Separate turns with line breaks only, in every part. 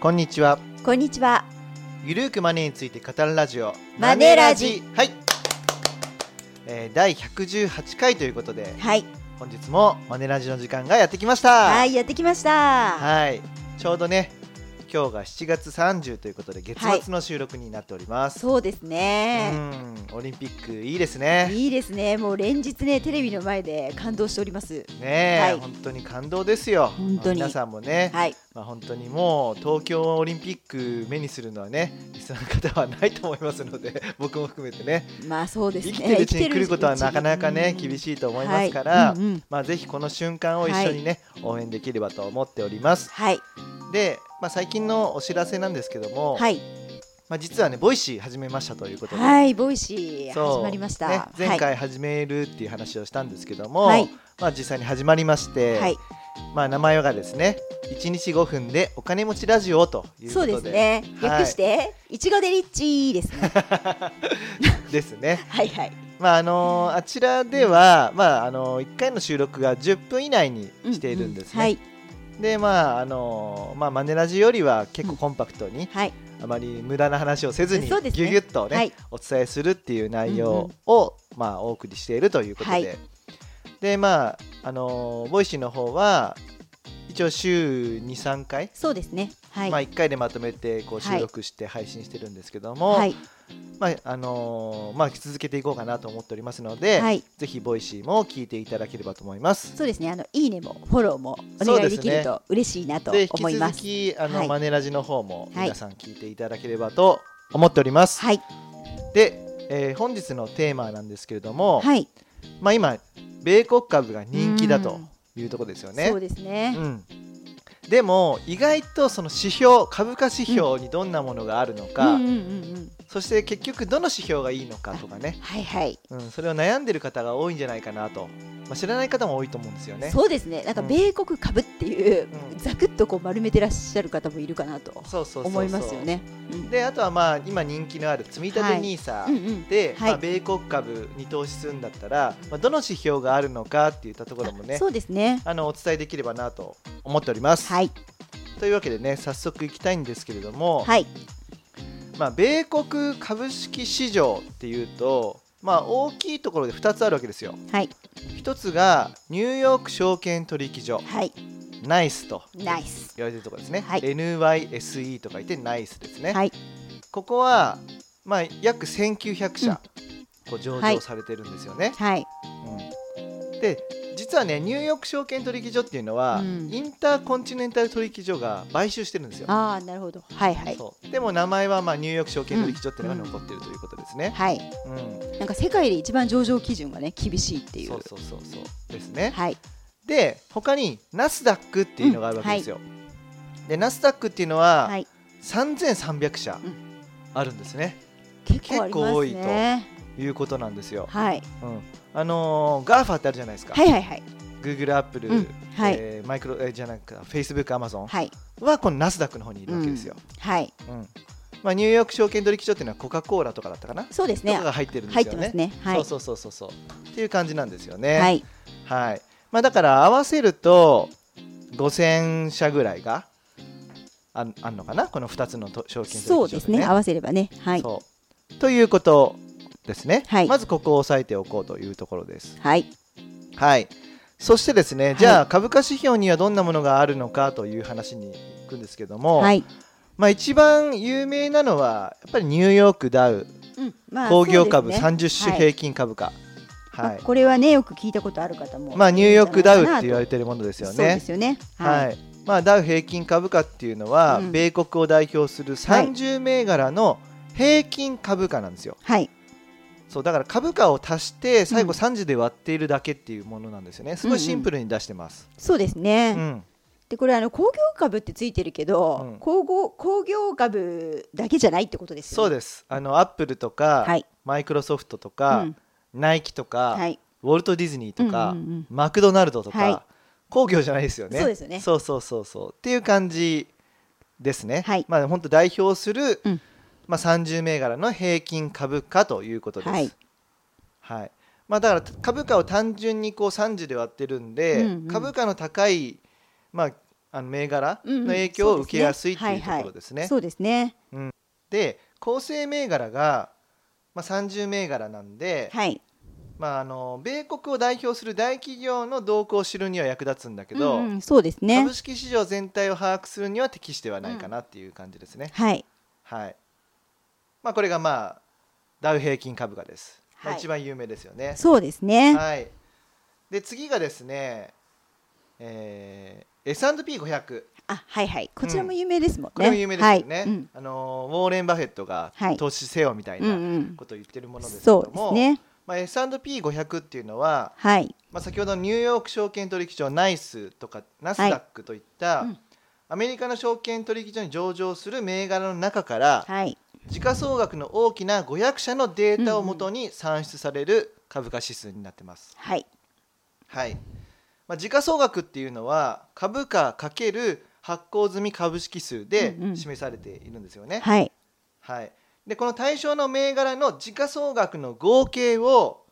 こんにちは
こんにちは。
ゆるーくマネーについて語るラジオ
マネラジ
はい、えー、第118回ということで
はい。
本日もマネラジの時間がやってきました
はい、やってきました。
はいちょうどね今日が7月30ということで月
はい
末の収録になっております、
そうですね。
うんオリンピックいいですね
いいですね。もう連日ね、テレビの前で感動しております。
ねえ、
はい
本当に感動ですよ
本当に
皆さんもね、
はい。
まあ、本当にもう東京オリンピック目にするのはねリスナーの方はないと思いますので僕も含めてね
まあ、そうです
生き
ね。
てるうちに来ることはなかなかね厳しいと思いますから、
はい。うんうん
まあ、ぜひこの瞬間を一緒にね、応援できればと思っております
はい。
で、まあ、最近のお知らせなんですけども、
はい。
まあ、実はねボイシー始めましたということで、
はい、ボイシー
そう
始まりまし
ね
た。、
前回始めるっていう話をしたんですけども、
はい。
まあ、実際に始まりまして、
はい。
まあ、名前がですね1日5分でお金持ちラジオということ
そう
で
ですね。
はい
略して、いちごでリッチーです ね。
ですね
はいはい。
まああのーあちらでは、まああのー、1回の収録が10分以内にしているんですね、
うはい。
でまああのーまあ、マネラジよりは結構コンパクトに、
はい。
あまり無駄な話をせずにぎ
そう
ゅ
ですね
ぎゅっとね、
はい
お伝えするっていう内容を、まあ、お送りしているということで、
はい
でまああのーボイシーの方は一応週23回、
そうですね。はい。
まあ、
はい。
1回でまとめてこう収録して配信してるんですけども、
はい。
まああのーまあ、続けていこうかなと思っておりますので、
はい。
ぜひボイシーも聞いていただければと思います。
そうですね。あの、いいねも、フォローも、お
そう
願
です
い
ね
できると嬉しいなと
で引き
思いま
続
す。
きあの、
はい
マネラジの方も
はい
皆さん聞いていただければと思っております。
はい。
で、えー本日のテーマなんですけれども、
はい。
まあ、今米国株が人気だというところですよね。
そうですね。
うんでも意外とその指標株価指標にどんなものがあるのか、
うんうんうんうん。
そして結局どの指標がいいのかとかね、
はいはい。
うん、それを悩んでる方が多いんじゃないかなと、まあ、知らない方も多いと思うんですよね。
そうですね。なんか
うん
米国株っていう、
うん
ざくっとこう丸めてらっしゃる方もいるかなと
そうそうそうそう
思いますよね。うん
であとはまあ今人気のある積み立て
はい
NISA、
うんうん。
で、
はい
まあ、米国株に投資するんだったら、まあ、どの指標があるのかっていったところもね
そうですね。
あのお伝えできればなと思っております。
はい
というわけでね早速いきたいんですけれども、
はい
まあ、米国株式市場っていうと、まあ、大きいところで2つあるわけですよ。
はい
1つがニューヨーク証券取引所
はい。
ナイスと
ナイス。
言われてるところですね、
はい
NYSE と書いてナイスですね。
はい
ここは、まあ、約1900社、こう上場されてるんですよね。
はい
うんで実はねニューヨーク証券取引所っていうのは、
うん
インターコンチネンタル取引所が買収してるんですよ。
ああなるほど。はいはい
そうでも名前はまあニューヨーク証券取引所っていうのが残ってるということですね。
はい。
うん
なんか世界で一番上場基準がね厳しいっていう。
そうそうそうそうですね。
はい
で他にナスダックっていうのがあるわけですよ。でナスダックっていうのは、
はい。
3300社
うん
あるんですね、
結構あります
結構多
ね。
いうことなんですよ。
はい
うん、あのー、ガーファってあるじゃないですか。
はいはいはい
Google、Apple、
うんはい
えーマイクロえーじゃなく Facebook、Amazon
はい
はこのナスダックの方にいるわけですよ。
はい。
うんまあ、ニューヨーク証券取引所っていうのはコカ・コーラとかだったかな、
そうです
と
ね
か。が入ってるんですよ
入っ
ね。
てますね。はい
そうそうそうそうそうっていう感じなんですよね。
は
はい
い
まあ、だから合わせると5000社ぐらいがあんあんのかなこの2つのと証券取引所
そうですね。合わせればね。はい
そうということですね、
はい
まずここを押さえておこうというところです。
はい
はい、そしてですね、
い
じゃあ株価指標にはどんなものがあるのかという話に行くんですけども、
はい。
まあ、一番有名なのはやっぱりニューヨークダウ
うんまあ
工業株
そうです
30
ね
種平均株価、はい
まあこれはねよく聞いたことある方も
まあ、ニューヨークダウって言われ
れ
てるものですよ
そうで
ね。
すよね
はいまあ、ダウ平均株価っていうのは、
うん
米国を代表する30銘柄の平均株価なんですよ。
はい
そうだから株価を足して最後
うん
30で割っているだけっていうものなんですよね。すごいシンプルに出してます。
そうですね、
うん
でこれあの工業株ってついてるけど、
うん
工業工業株だけじゃないってことです
そう
よね
です。あのアップルとか、
はい
マイクロソフトとか、
うん
ナイキとか、
はい
ウォルト・ディズニーとか、
うんうんうん
マクドナルドとか、
はい
工業じゃないですよね。
そうですよね
そうそうそうそうっていう感じですね。
はい
まあ本当代表する、
うん
まあ30銘柄の平均株価ということです。
はい
はいまあだから株価を単純にこう30で割ってるんで、
うんうん
株価の高いまああの銘柄
うんうん
の影響を受けやすいっていうところですね。
そうですね。
で構成銘柄が、まあ、30銘柄なんで、
はい。
まあ、あの米国を代表する大企業の動向を知るには役立つんだけど、
うんうんそうですね
株。式市場全体を把握するには適してはないかなっていう感じですね。
はい。
はいまあ、これがまあダウ平均株価です、まあ
はい
一番有名ですよね。
そうですね。
はい、で次がですね、えー、S&P500
あ、はいはい。こちらも有名ですもんね。
これも有名ですよね、
はいうん
あのウォーレン・バフェットが
はい
投資せよみたい
うん
な
うん。
ことを言ってるものですけ
そう
ど
で
も、
すね。
まあ、S&P500 っていうのは、
はい。
まあ、先ほどのニューヨーク証券取引所ナイスとかナスダックといった、
うん
アメリカの証券取引所に上場する銘柄の中から
はい。
時価総額の大きな500社のデータをもとに算出される株価指数になってます。
はい。
はいまあ、時価総額っていうのは株価×発行済み株式数で
うんうん
示されているんですよね。
はい。
はい、でこの対象の銘柄の時価総額の合計を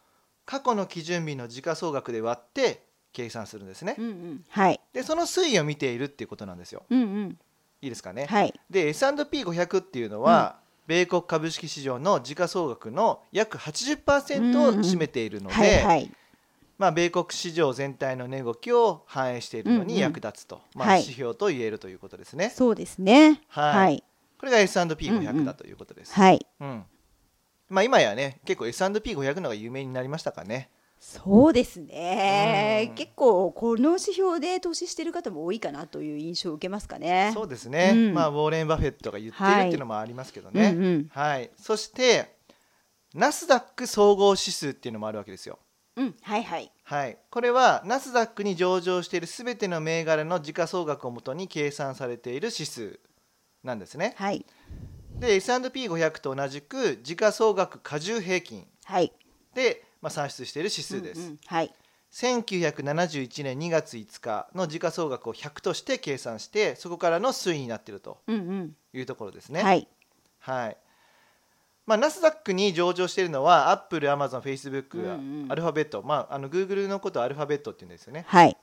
過去の基準日の時価総額で割って計算するんですね
うんうん。はい。
でその推移を見ているっていうことなんですよ
うんうん。
いいですかね、
はい。
で S&P500 っていうのは、米国株式市場の時価総額の約80%を占めているので、
はいはい。
まあ、米国市場全体の値動きを反映しているの
うんうん
に役立つと、まあ、
はい
指標と言えるということですね、
そうですね。
はい
はい。
これが S&P500
うんう
だ
ん
ということです、
はい。
うんまあ、今やね結構 S&P500 の方が有名になりましたかね
そうです
う
ね
ん。
結構この指標で投資してる方も多いかなという印象を受けますかね。
そうですね、
うん
まあ、ウォーレン・バフェットが言っているっていうのもありますけどね、はい
うんうん。
そしてナスダック総合指数っていうのもあるわけですよ
うん。はいはい。
はい、これはナスダックに上場しているすべての銘柄の時価総額をもとに計算されている指数なんですね。
はい。
で S&P500 と同じく時価総額加重平均
はい。
で、まあ、算出している指数です、
うんうんはい。
1971年2月5日の時価総額を100として計算してそこからの推移になっていると
うんうん。
いうところですね
はい。
はいまあ、ナスダックに上場しているのはアップルアマゾンフェイスブック
うんうん
アルファベット、まあ、あのグーグルのことをアルファベットって言うんですよね
はい。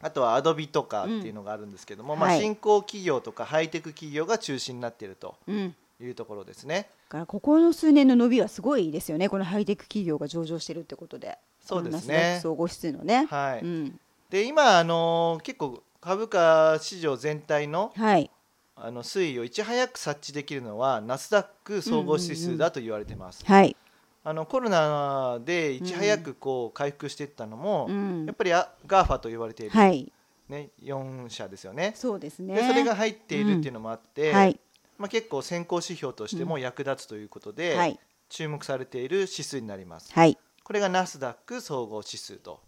あとはアドビとかっていうのがあるんですけども、
うん
まあ、
はい
新興企業とかハイテク企業が中心になっていると
うん。
いうところですね。
だからここの数年の伸びはすごいですよね、このハイテク企業が上場してるってことで、
そうですね
このナスダック総合指数のね、
はい
うん
で今、あのー結構株価市場全体の
はい、
あの推移をいち早く察知できるのはナスダック総合指数だと言われてます。
はい、
あのコロナでいち早くこう回復していったのも、
うん
やっぱりあ GAFA と言われている、
はい、
ね、4社ですよね。
そうですね。
でそれが入っているっていうのもあって、
はい、
まあ、結構先行指標としても役立つということで、
はい、
注目されている指数になります。
はい、
これがナスダック総合指数と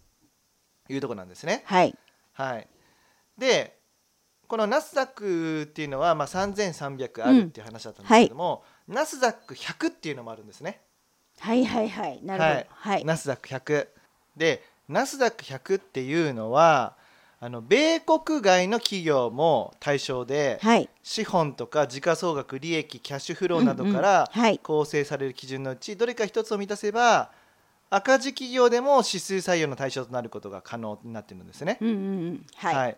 いうところなんですね。
はい、
はい、でこのナスダックっていうのは、まあ、3300あるっていう話だったんですけども、ナスダック100っていうのもあるんですね。
はい、はい、はい、なるほど、はい、
ナスダック100でナスダック100っていうのはあの米国外の企業も対象で、
はい、
資本とか時価総額利益キャッシュフローなどから
うんうんはい
構成される基準のうちどれか一つを満たせば赤字企業でも指数採用の対象となることが可能になっているんですね。
うん、うん、うん、はい、
い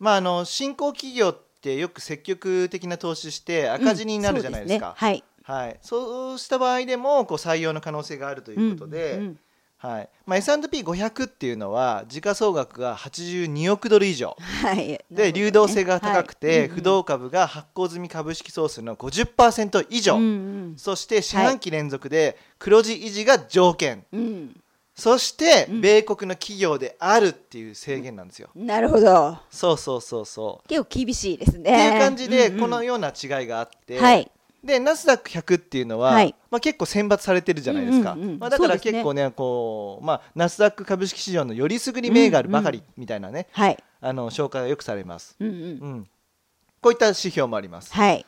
まあ、あの新興企業ってよく積極的な投資して赤字になるじゃないです
うん
か。
そうね
はい、そうした場合でもこう採用の可能性があると
はい、
いうことで、
うんうん
はいまあ、S&P500 っていうのは時価総額が82億ドル以上
はい、なるほど
で
ね
流動性が高くて、
はい
不動株が発行済み株式総数の50%以上、
うんうん、
そして四半期連続で黒字維持が条件、
うん、
そして
うん
米国の企業であるっていう制限なんですよ。
なるほど、
そうそうそうそう。
結構厳しいですね。
っていう感じで
うんうん
このような違いがあって、
はい、
でナスダック100っていうのは、
はい
まあ、結構選抜されてるじゃないですか、
うんうんうん
まあ、だか
そ
ら
うですね
結構ねこう、まあ、ナスダック株式市場のよりすぐり銘柄ばかりみたいなね、
はい、
あの紹介がよくされます、
うん、うん、
うん、こういった指標もあります、
はい、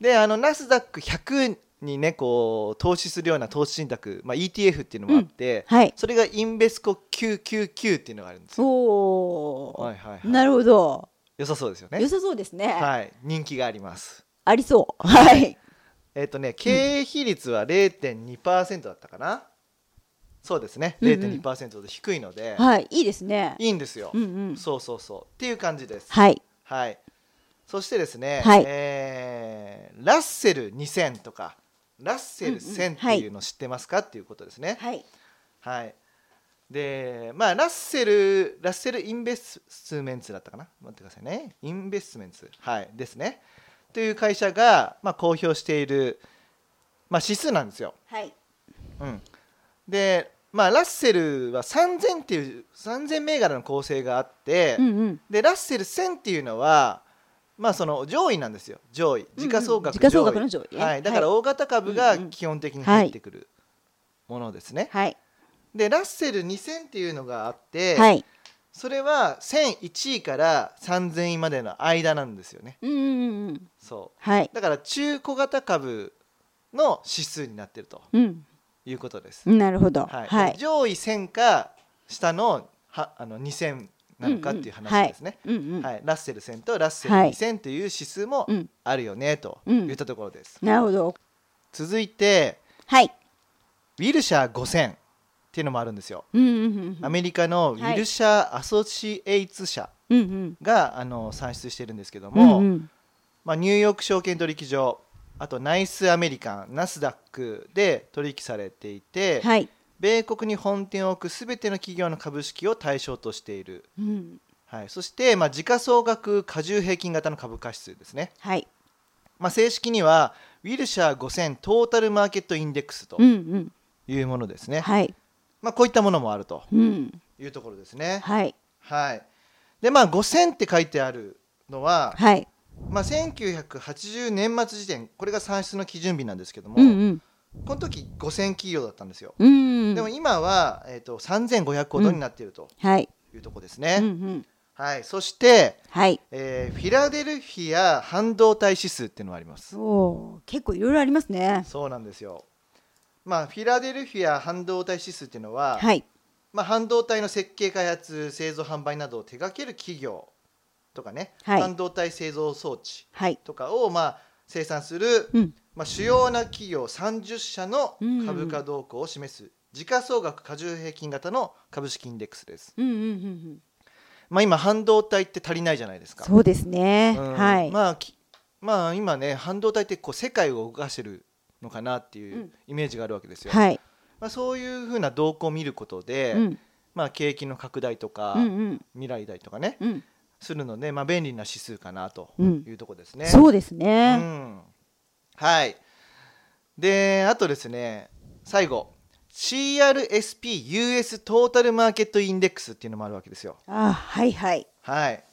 であのナスダック100にねこう投資するような投資信託、まあ、ETF っていうのもあって、
はい、
それがインベスコ999っていうのがあるんですよ、
おお、
はいはいはい
なるほど。
良さそうですよ
良
ね
さそうですね。
はい人気があります
ありそう。はい。
えっ、とね経営比率は0.2%だったかな、そうですね
うんうん
0.2%で低いので、
はい。いいですね。
いいんですよ、
うんうん。
そうそうそうっていう感じです
はい。
はい、そしてですね、
はい
えーラッセル2000とかラッセル1000っていうの知ってますか、っていうことですね。
はい。
はい、でまあラッセルラッセルインベスメンツだったかな待ってくださいねインベスメンツ、はい、ですねという会社が、まあ、公表している、まあ、指数なんですよ。
はい。
うん、でまあラッセルは3000っていう3000銘柄の構成があって、
うんうん。
でラッセル1000っていうのはまあその上位なんですよ上位時価総額
時価総額の上位ね
はい、だから
はい
大型株が基本的に入ってくるものですね、
はい。
でラッセル2000っていうのがあって、
はい。
それは1001位から3000位までの間なんですよね
うんうんうん。
そ
はい。
うだから中小型株の指数になってると
うん。
いうことです、
なるほど。
はい
はい。
上位1000か下のはあの2000なのかっていう話ですね、
うんうん。
はい、ラッセル1000とラッセル2000という指数も
うん。
あるよねと
うん
言ったところです、
なるほど。
続いて
はい。
ウィルシャー5000っていうのもあるんですよ
うんうんうん
アメリカのウィルシャー・アソシエイツ社
うん。うん
があの算出してるんですけど
うん。
も、
うんうん
まあ、ニューヨーク証券取引所あとナイスアメリカンナスダックで取引されていて、
はい。
米国に本店を置くすべての企業の株式を対象としている、
うん。
はい、そして、まあ、時価総額加重平均型の株価指数ですね
はい。
まあ、正式にはウィルシャー5000トータルマーケットインデックスと
うんうん。
いうものですね、
はい。
まあ、こういったものもあると
うん。
いうところですね。
はい。
はい、でまあ5000って書いてあるのは、
はい。
まあ、1980年末時点これが算出の基準日なんですけども、
うんうん。
この時5000企業だったんですよ。
うん。
でも今は、えー、と3500ほどになっていると
はい。
いうところです
う
ね。
んうん。
はい、そして、
はい。
えーフィラデルフィア半導体指数っていうのがあります。
そう。結構いろいろありますね。
そうなんですよ。まあ、フィラデルフィア半導体指数っていうのは、
はい。
まあ、半導体の設計開発製造販売などを手掛ける企業とかね、
はい
半導体製造装置
はい。
とかを、まあ、生産する、
うん。
まあ、主要な企業30社の株価動向を示す時価総額加重平均型の株式インデックスです。
うんうんうんうん。
まあ、今半導体って足りないじゃないですか。
そうですね。
うん
はい。
まあきまあ、今ね半導体ってこう世界を動かしてるのかなっていううんイメージがあるわけですよ。
はい。
まあ、そういうふうな動向を見ることで、
うん。
まあ、景気の拡大とか、
うんうん。
未来大とかね
うん。
するので、まあ、便利な指数かなと
うん
いうところですね。
そうです
う
ね。
んはい、であとですね最後 CRSPUS トータルマーケットインデックスっていうのもあるわけですよ。
あ、はいはい。
はい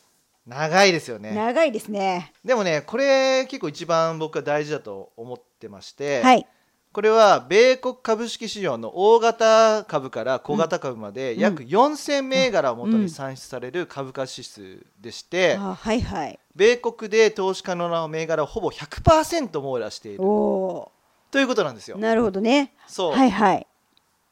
長いですよね
長いですね。
でもねこれ結構一番僕は大事だと思ってまして、
はい。
これは米国株式市場の大型株から小型株まで
うん
約4000銘柄をもと
うん
に算出される株価指数でして、
あ、はいはい。
米国で投資可能な銘柄をほぼ100%網羅してい
お
る
お
ということなんですよ
ー。。なるほどね。
そう、
はいはい。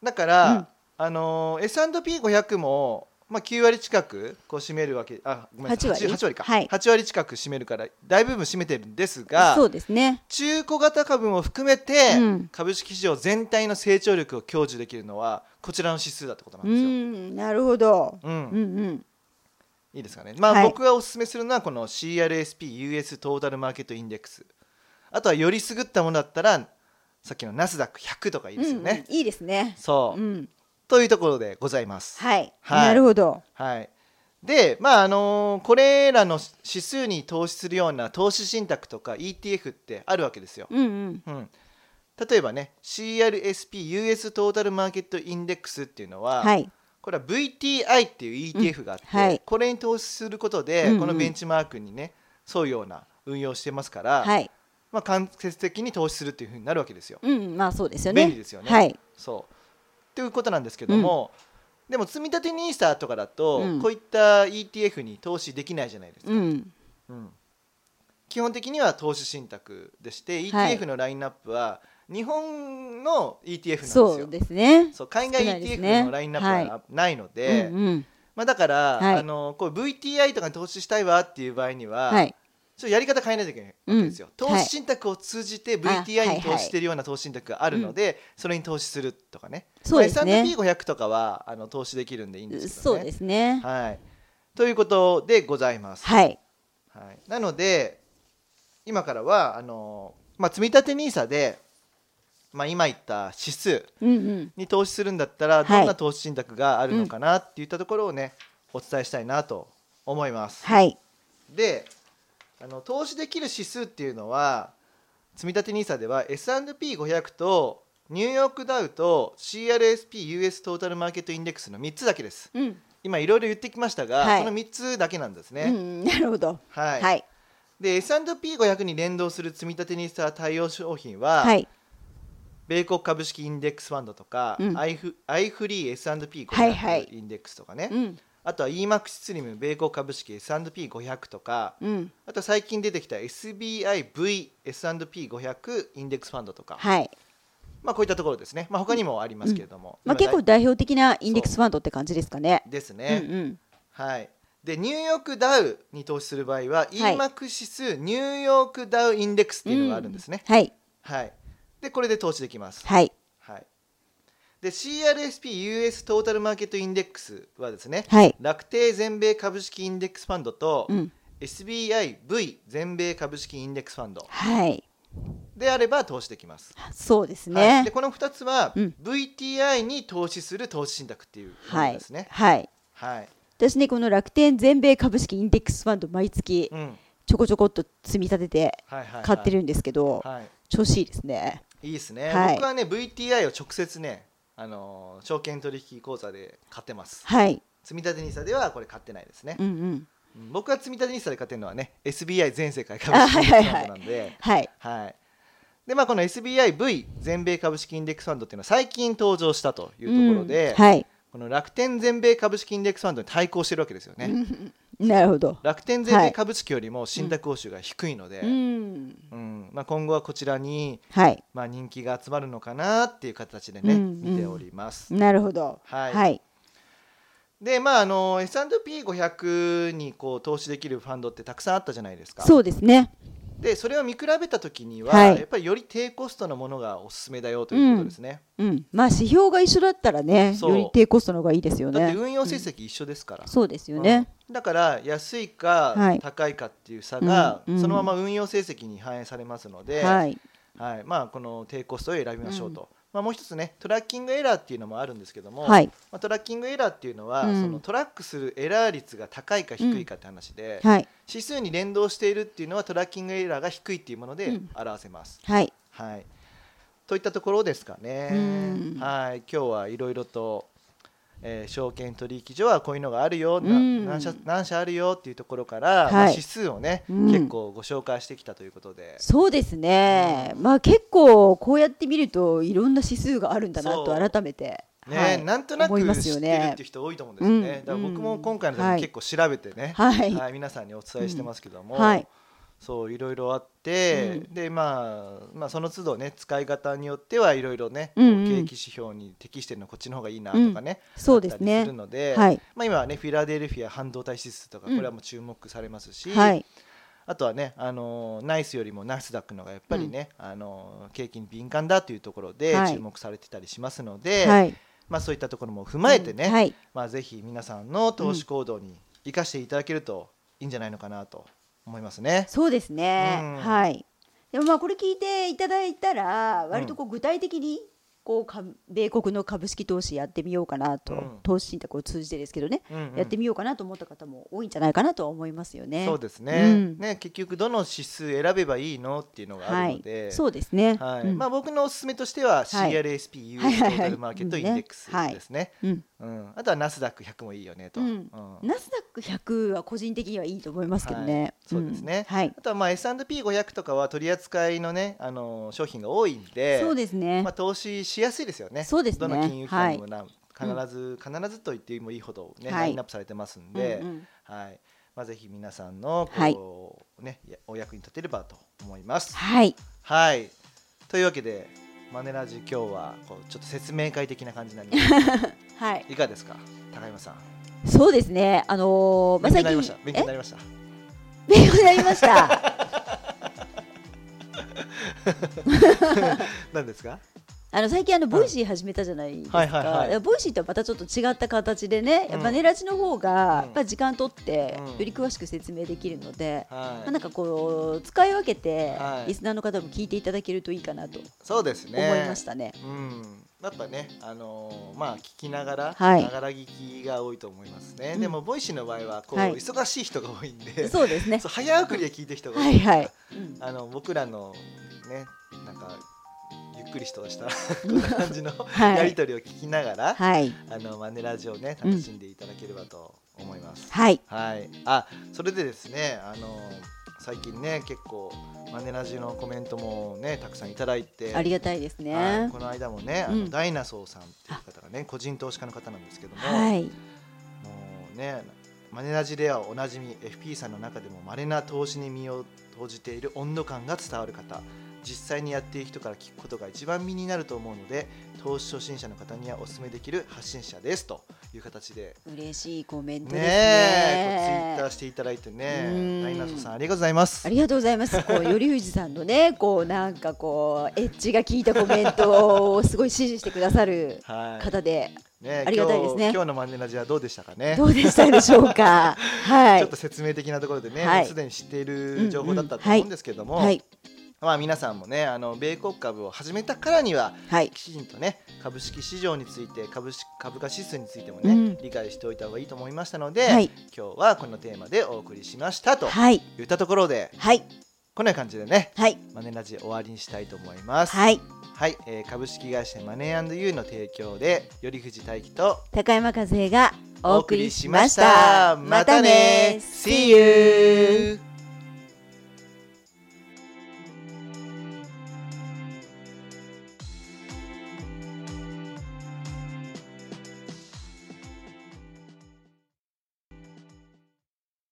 だから、
うん
あのー S&P500 も、まあ、9割近くこう占めるわけあごめんなさい
8割
8, 割か、
はい
8割近く占めるから大部分占めてるんですが
そうですね。
中古型株も含めて、
うん
株式市場全体の成長力を享受できるのはこちらの指数だってことなん
う
ですよ。
ん、なるほど。
うん
うんうん。
いいですかね、まあ
はい
僕がおすすめするのはこの CRSPUS トータルマーケットインデックスあとはより優れたものだったらさっきのナスダック100とかいいですよね。
うんうんいいですね。
そうう、
ん。
というところでございます。
はい。
はい
なるほど。
はい、で、まああのーこれらの指数に投資するような投資信託とか ETF ってあるわけですよ。
うんうん。
うん、例えばね CRSPUS トータルマーケットインデックスっていうのは、
はい。
これは VTI っていう ETF があって、
うんはい
これに投資することで、
うんうん
このベンチマークにね沿うような運用をしてますから、
はい。
まあ、間接的に投資するっていうふうになるわけですよ。
うん、まあそうですよね。
便利ですよね
はい。
そうということなんですけども、でも積み立て NISA とかだと、
うん
こういった ETF に投資できないじゃないですか、
うん。
うん基本的には投資信託でして
はい
ETF のラインナップは日本の ETF なんですよ、
そうですね。
そう海外
少ないですね
ETF のラインナップはないので
うんうん。
まあ、だから、
はい
あのこう VTI とかに投資したいわっていう場合には、
はい。
ちょっとやり方変えないといけないわけですよ、
うん
投資信託を通じて
はい
VTI
はい
に投資しているような投資信託があるので、それに投資するとかね
そうですね
S&P500 とかはあの投資できるんでいいんですけど
そう
ね。
ですね。
はい、ということでございます。
はい。
はい、なので今からはあの、まあ、積み立て NISA で、まあ、今言った指数
うんうん。
に投資するんだったら
い
どんな投資信託があるのかなっていったところをね、お伝えしたいなと思います。
はい。
であの投資できる指数っていうのは積立 NISA では S&P500 とニューヨークダウと CRSPUS トータルマーケットインデックスの3つだけです
うん。
今いろいろ言ってきましたが、
はい
この3つだけなんですね、
うん、なるほど。
はい、
はい。
で S&P500 に連動する積立 NISA 対応商品は、
はい。
米国株式インデックスファンドとか、
うん
アイフアイフリー S&P500、
はいはい
インデックスとかね、
うん。
あとは EMAX スリム米国株式 S&P500 とか、
うん。
あと最近出てきた SBIVS&P500 インデックスファンドとか、
はい。
まあ、こういったところですね、まあ、他にもありますけれども、
ま
今
あ、結構
だ
代表的なインデックスファンドって感じですかね。
いです
う
ね、
ん
はい、でニューヨークダウに投資する場合は、EMAX 指数ニューヨークダウインデックスって
うん。
いうのがあるんですね、
うはい。
はい、でこれで投資できます、
はい。
はい、で CRSPUS トータルマーケットインデックスはですね、
はい。
楽天全米株式インデックスファンドと、
うん
SBIV 全米株式インデックスファンド
はい。
であれば投資できます。
そうです
はい、
ね
で。この2つは、
うん
VTI に投資する投資信託っていうも
は
の
い
です。ね。
はい。
はい、
私ね、この楽天全米株式インデックスファンド、毎月
うん、はい
ちょこちょこっと積み立てて
はい、はい。
買ってるんですけど、
はい、
調子いいですね。
いいですね。
はい
僕はね VTI を直接ね、あのー証券取引口座で買ってます。
はい。
積立 NISA ではこれ買ってないですね
う。んうん。
うん僕は積立 NISA で買ってるのはね、SBI 全世界株
あ
式インデックスファンドなんで、
はい。
はい。でまあこの SBIV 全米株式インデックスファンドっていうのは最近登場したというところで、
うんはい。
この楽天全米株式インデックスファンドに対抗してるわけですよね。
なるほど。
楽天全
は
米
い
株式よりも信託報酬が低いので、
うん。
うんまあ、今後はこちらに、
はい。
まあ、人気が集まるのかなっていう形でね、
うんうん
見ております。
なるほど。
はい
はい。
でまああの S&P500 にこう投資できるファンドってたくさんあったじゃないですか。
そうですね。
でそれを見比べた時には、
はい
やっぱりより低コストのものがおすすめだよということですね。
うん。まあ指標が一緒だったらね、
そう
より低コストの方がいいですよ
だって
ね。
運用成績一緒ですから。
そうですよね。
うんだから安いか
はい
高いかっていう差が
うんうん
そのまま運用成績に反映されますので、
はい。
はいまあ、この低コストを選びましょうと、まあ、もう一つねトラッキングエラーっていうのもあるんですけども、
はい。
まあ、トラッキングエラーっていうのは、
うん
そのトラックするエラー率が高いか低いかって話で、
はい。
指数に連動しているっていうのはトラッキングエラーが低いっていうもので
うん
表せます。
はい。
はい、といったところですかね。
うん
はい、今日はいろいろとえー証券取引所はこういうのがあるよ、な
うん
何社何社あるよっていうところから、
はい
まあ指数をね、
うん
結構ご紹介してきたということで、
そうですね。まあ結構こうやって見るといろんな指数があるんだな
そ
と
う
改めて。
ね
はい
なんとなく
思
知
い
っ
ま
てるっ
すよね
ていう人多いと思うんですよね。
う
だ
ん
から僕も今回の時
はい
に結構調べてね、
はい
皆さんにお伝えしてますけども、
はい。
そういろいろあって、
う
でまあまあその都度ね使い方によってはいろいろね、
うんうん
景気指標に適してるのこっちの方がいいなとかね、
そうです
あったりす
ね
る。ので、
はい
まあ、今はねフィラデルフィア半導体指数とか
う
こ
ん
れはもう注目されますし、
はい。
あとはね、あのーナイスよりもナスダックの方がやっぱりね、あのー景気に敏感だというところで
はい
注目されてたりしますので、
はい。
まあ、そういったところも踏まえてね、
うんはい。
まあ、ぜひ皆さんの投資行動に生かしていただけるといいんじゃないのかなと思いますね。
そうですね、
うん
はいでもまあこれ聞いていただいたら
ん
割とこう具体的にこうか米国の株式投資やってみようかなと、
うん
投資信託を通じてですけどね、
うんうん
やってみようかなと思った方も多いんじゃないかなとは思いますよね。
そうですね,、
うん
ね結局どの指数選べばいいのっていうのがあ
は
るの
い
で、、
そうですね。
はい
うん
まあ、僕のおすすめとしては
はい
CRSP、
はい
US
は
トー
いはい
タルマーケットインデックス
うんね
ですね、
うん
うん、あとはナスダック100もいいよねと、
うん
うん
ナスダック100は個人的にはいいと思いますけどね。
はいそうですね
うんはい、
あとはまあ S&P500 とかは取り扱いのね、あのー商品が多いんで
そうですね。
まあ、投資しやすいですよね
そうですね
どの金融機関にもな、必ず必ずと言ってもいいほど、ね
はい
ラインナップされてますんで、
うんうん
はいまあ、ぜひ皆さんの
はい
こう、ね、やお役に立てればと思います。
はい、
はい、というわけでマネラジ今日はこうちょっと説明会的な感じになりま した
はい、
いかがですか高山さん
そうですね。あのーまあ
勉強になりま
最
し
近
た勉強になりました
勉強になりました。
何ですか
ああの最近あのボイシー始めたじゃないですか、
はいはいはいはい
ボイシーとはまたちょっと違った形でねやっぱネラジの方がやっぱ時間取って
うん
より詳しく説明できるので、
は
ま
い
あ、なんかこう使い分けて、
はい
リスナーの方も聞いていただけるといいかなと
そうです
思
ね
いましたね。
うん、やっぱね、あのーまあ聞きながら、
はい
ながら聞きが多いと思いますね。
うん
でもボイシーの場合はこう、
はい
忙しい人が多いんで、
そうですね
そう早送りで聞いてる人が多
はい
から
はい、うん
あの僕らのね、なんかゆっくりとしたこんな感じの、
はい
やりとりを聞きながら、
はい
あのマネラジオね
うん
楽しんでいただければと思います。
はい
はい、あそれでですね、あの最近ね結構マネラジオのコメントもねたくさんいただいて
ありがたいです
はい
ね。
この間もね、あ
う
の
ん
ダイナソーさんっていう方がね個人投資家の方なんですけども、
はい、
もうねマネラジではおなじみ FP さんの中でも稀な投資に身を投じている温度感が伝わる方実際にやっている人から聞くことが一番身になると思うので投資初心者の方にはお勧めできる発信者ですという形で
嬉しいコメント
ね
です
こうツイッ
ね。
ターしていただいて
う
ね
ん
ダイナソーさんありがとうございます
あ。りがとうございます。こう頼藤さんのね、こうなんかこうエッジが効いたコメントをすごい支持してくださる
はい
方で、
ね
ありがたいですね
今日今日のマネラジはどうでしたかね
ど。うでしたでしょうか。 は
ちょっ
い
と。説明的なところでね、
はい
すでに知っている情報だったと思うんですけども、
はい
まあ、皆さんもねあの米国株を始めたからには
はい
きちんとね株式市場について株式株価指数についてもね、
うん
理解しておいた方がいいと思いましたので、
はい
今日はこのテーマでお送りしましたと
はい
言ったところで
はい
こんな感じでね
はい
マネラジ終わりにしたいと思います。はい、
はい。
えー株式会社マネーユーの提供で頼藤大樹と
高山和恵がお送りしました。
またね See you!